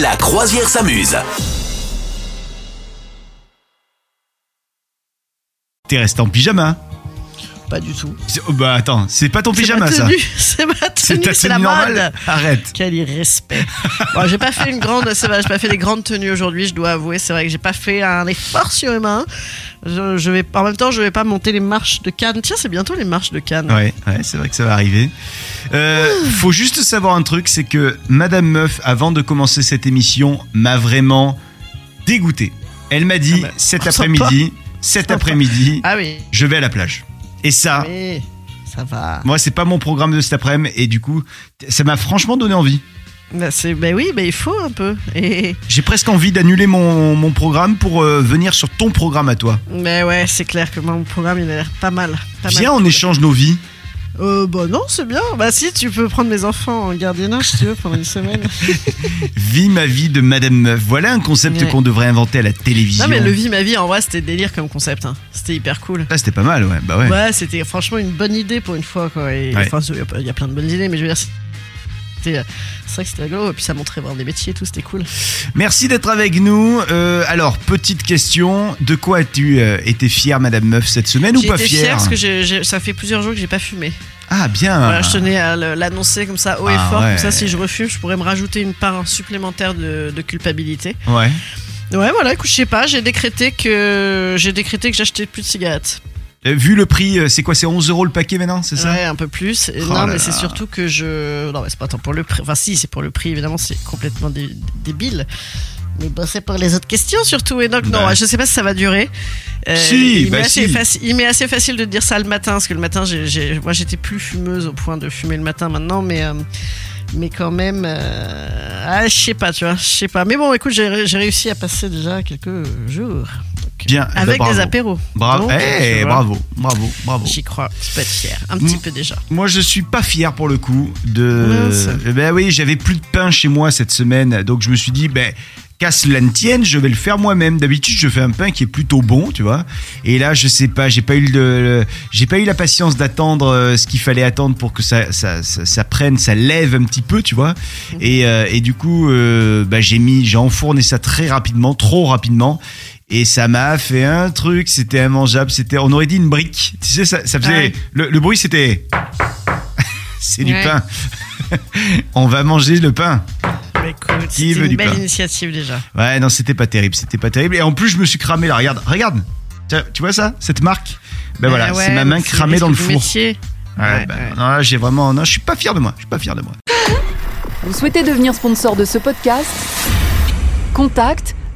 La croisière s'amuse. T'es resté en pyjama. Pas du tout. C'est- oh, bah attends, c'est pas ton C'est pyjama ma ça. tenue, C'est ma C'est tenue, ta c'est tenue la normale. mode. Arrête. Quel irrespect. Bon, j'ai pas fait une grande, c'est vrai, j'ai pas fait des grandes tenues aujourd'hui, je dois avouer. C'est vrai que j'ai pas fait un effort surhumain. Je, je vais, en même temps, je vais pas monter les marches de Cannes. Tiens, c'est bientôt les marches de Cannes. Ouais, ouais, c'est vrai que ça va arriver. Euh, faut juste savoir un truc, c'est que Madame Meuf, avant de commencer cette émission, m'a vraiment dégoûté. Elle m'a dit Ah bah, cet sympa. après-midi, cet Sympa. après-midi, Ah oui. je vais à la plage. Et ça, Oui, ça va. moi, c'est pas mon programme de cet après-midi, et du coup, ça m'a franchement donné envie. Bah, c'est, bah oui, bah, il faut un peu. Et, J'ai presque envie d'annuler mon, mon programme pour euh, venir sur ton programme à toi. mais bah ouais, c'est clair que moi, mon programme, il a l'air pas mal. Pas Viens, mal. on échange nos vies. Euh, bah non, c'est bien. Bah si, tu peux prendre mes enfants en gardiennage, si tu veux, pendant une semaine. Vis ma vie de Madame Meuf. Voilà un concept Ouais. qu'on devrait inventer à la télévision. Non mais le vie ma vie en vrai c'était délire comme concept hein. c'était hyper cool. Là, c'était pas mal, ouais. Bah ouais. Ouais, c'était franchement une bonne idée pour une fois quoi. Et- Ouais. Enfin il y a pas- il y, a plein de bonnes idées mais je veux dire c'était c'est vrai que c'était rigolo et puis ça montrait voir des métiers et tout c'était cool. Merci d'être avec nous. Euh, alors, petite question. De quoi as-tu euh, été fière, Madame Meuf, cette semaine ou J'ai pas été fière fière parce que j'ai- j'ai- ça fait plusieurs jours que j'ai pas fumé. Ah, bien. Voilà je tenais à le- l'annoncer comme ça haut et Ah, fort ouais. comme ça si je refume je pourrais me rajouter une part supplémentaire de, de culpabilité. Ouais. Ouais voilà écoute je sais pas j'ai décrété que j'ai décrété que j'achetais plus de cigarettes. Euh, Vu le prix, euh, c'est quoi C'est 11 euros le paquet maintenant, c'est ça Ouais, un peu plus. Et Oh là non, là. mais c'est surtout que je. Non, mais c'est pas tant pour le prix. Enfin, si, c'est pour le prix, évidemment, c'est complètement dé- débile. Mais bon, c'est pour les autres questions surtout. Et donc, non, Bah. je sais pas si ça va durer. Euh, Si, il bah m'est assez si. faci- il m'est assez facile de dire ça le matin, parce que le matin, j'ai j'ai- moi, j'étais plus fumeuse au point de fumer le matin maintenant, mais. euh, Mais quand même, euh, ah, je sais pas, tu vois, je sais pas. Mais bon, écoute, j'ai j'ai réussi à passer déjà quelques jours Bien. eh ben, avec bravo. des apéros. Bravo. Donc, Eh, tu vois, bravo, bravo, bravo. J'y crois, je peux être fier, un petit Mm. peu déjà. Moi, je suis pas fier pour le coup de. Mince. Eh Ben oui, j'avais plus de pain chez moi cette semaine, donc je me suis dit, ben. Qu'à cela ne tienne, je vais le faire moi-même. D'habitude, je fais un pain qui est plutôt bon, tu vois. Et là, je sais pas, j'ai pas eu le, j'ai pas eu la patience d'attendre euh, ce qu'il fallait attendre pour que ça, ça, ça, ça prenne, ça lève un petit peu, tu vois. Mhm. Et, euh, et du coup, euh, bah, j'ai mis, j'ai enfourné ça très rapidement, trop rapidement. Et ça m'a fait un truc, c'était immangeable, c'était, on aurait dit une brique. Tu sais, ça, ça faisait, Ah Ouais. le, le bruit c'était. C'est du Ouais. pain. On va manger le pain. Bah, Écoute, Qui c'était veut une du belle pain initiative déjà. Ouais, non, c'était pas terrible, c'était pas terrible. Et en plus, je me suis cramé là, regarde, regarde. Tiens, Tu vois ça, cette marque Ben voilà, Euh, ouais, c'est ma main donc cramée dans le risque four. du métier. Ouais, Ouais, ben, ouais. non, là, j'ai vraiment, non, je suis pas fier de moi, je suis pas fier de moi. Vous souhaitez devenir sponsor de ce podcast Contact